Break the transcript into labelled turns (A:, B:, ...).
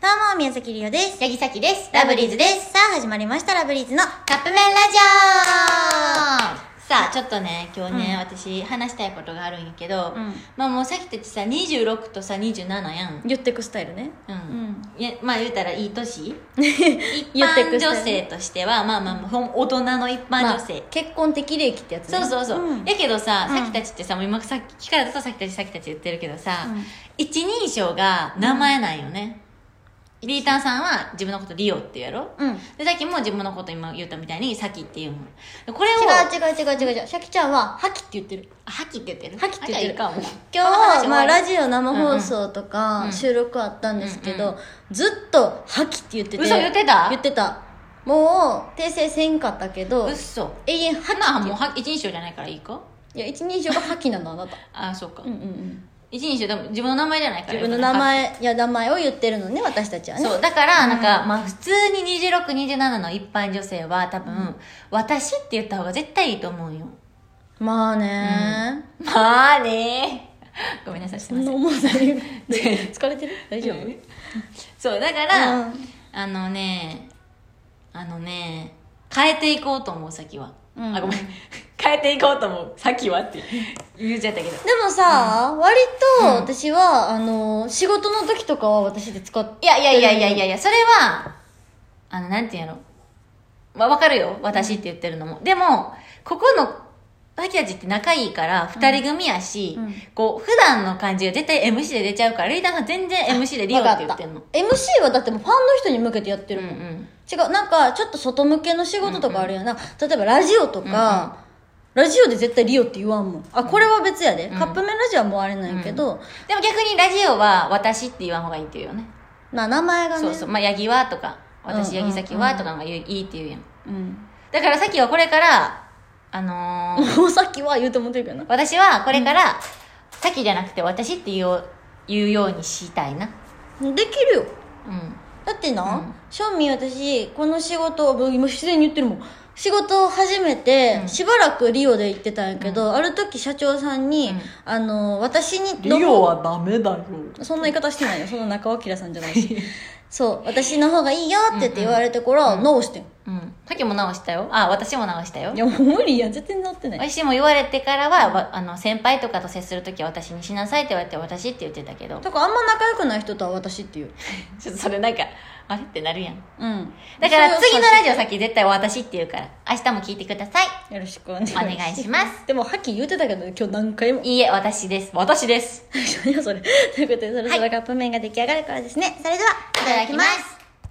A: どうも、宮崎りおです。
B: 八木崎です
A: ラブリーズです。さあ、始まりました、ラブリーズの。
B: カップ麺ラジオさあちょっとね今日ね、
A: うん
B: 私話したいことがあるんやけど、
A: うん
B: まあもうさっきと言ってさ26とさ27やん
A: 言ってくスタイルね。
B: う、
A: うんん。
B: いやまあ言うたらいい 年一
A: 言って
B: 般
A: く
B: 女性としてはまあまあまあほん大人の一般女性、
A: まあ結婚適齢期ってやつね
B: そうそうそう、
A: うん
B: やけどさ
A: うん
B: さっきたちってさ、もう今さっきからずっとさっきたちさっきたち言ってるけどさ、
A: うん
B: 一人称が名前なんよね、リータンさんは自分のことリオって言うやろ、
A: うん。違う
B: でさっきも自分のこと今言ったみたいに「さき」って言うのでこれを
A: 違う違う違う違う。シャキちゃんは、はきって言ってる。
B: あはきって言ってる
A: はきって言ってる
B: あじゃあいいかもう
A: 今
B: この
A: 日、
B: 話終
A: まあ、
B: わり
A: ラジオ生放送と
B: うんう
A: か
B: ん
A: 収録あったんですけ
B: う
A: ど、ずっと、はきって言ってて。
B: 嘘言ってた
A: 言ってた。もう、訂正せんかったけど
B: うっ、そ
A: 永遠はきって
B: まあも
A: 言
B: う
A: う。
B: は一人称じゃないからいいか
A: いや、一人称がはきなの、あなた。
B: あそうか、
A: うんうんうん。
B: 一人称でも自分の名前じゃないから
A: 自分の名前、いや、名前を言ってるのね、私たちはね。
B: そうだからなんか、まあ普通に2627の一般女性は多分、私って言った方が絶対いいと思うよ
A: まあね、
B: まあねごめんなさいすいません
A: 思わない 疲れてる大丈夫、
B: うんそうだから、
A: うん
B: あのねあのね変えていこうと思う先は、
A: うん
B: あごめん 変えていこうと思う先はって言っちゃったけど
A: でもさ、割と私は、あの仕事の時とかは私で使って
B: いやいやいやいやいやいやそれはあのなんていうんやろまあ、わかるよ私って言ってるのもでもここの滝たちって仲いいから二人組やし、
A: うん
B: こう普段の感じが絶対 MC で出ちゃうからリーダーさん全然 MC でリオ
A: わか
B: って言ってんの
A: った MC はだってもうファンの人に向けてやってる
B: うん
A: も、
B: うん
A: 違
B: ん
A: うなんかちょっと外向けの仕事とかあるよな、例えばラジオとか、ラジオで絶対リオって言わんもんあこれは別やで、
B: ん
A: カップ麺ラジオはもうあれなんやけど、
B: でも逆にラジオは私って言わん方がいいって言うよね
A: まあ名前がね
B: そうそうまあ八木はとか私
A: うん
B: 八
A: うん
B: 木崎はとかが言ういいって言うやん
A: うん
B: だからさっきはこれからあのー、
A: もうさっきは言うと思ってるけどな
B: 私はこれから、さっきじゃなくて私って言おう言うようにしたいな
A: できるよ
B: うん
A: だって
B: う、
A: なん正味私、この仕事、もう今自然に言ってるもん。仕事を始めて、しばらくリオで行ってたんやけど、ある時社長さんに、
B: うん
A: あの、私に、
B: はダメだよ
A: そんな言い方してないよ。その中尾明さんじゃないし。そう、私の方がいいよって言って言われてから、直してん。
B: うんさっきも直したよあ私も直したよ
A: いや、もう無理やん。絶対直ってない。
B: 私も言われてからはわあの先輩とかと接する時は私にしなさいって言われて私って言ってたけど
A: だからあんま仲良くない人とは私っていう。
B: ちょっとそれなんかあれってなるやん
A: うん。
B: だから
A: それ
B: 次
A: を
B: の
A: さ
B: ラジオさっき絶対私って言うから明日も聞いてください
A: よろしくお願いし
B: お
A: ます。
B: 願いします
A: でも、はっきり言ってたけど、今日何回も。
B: いいえ私です私です
A: 何やそれ。ということで、そろそろカップ麺が出来上がるからですね。それでは、い
B: いただきます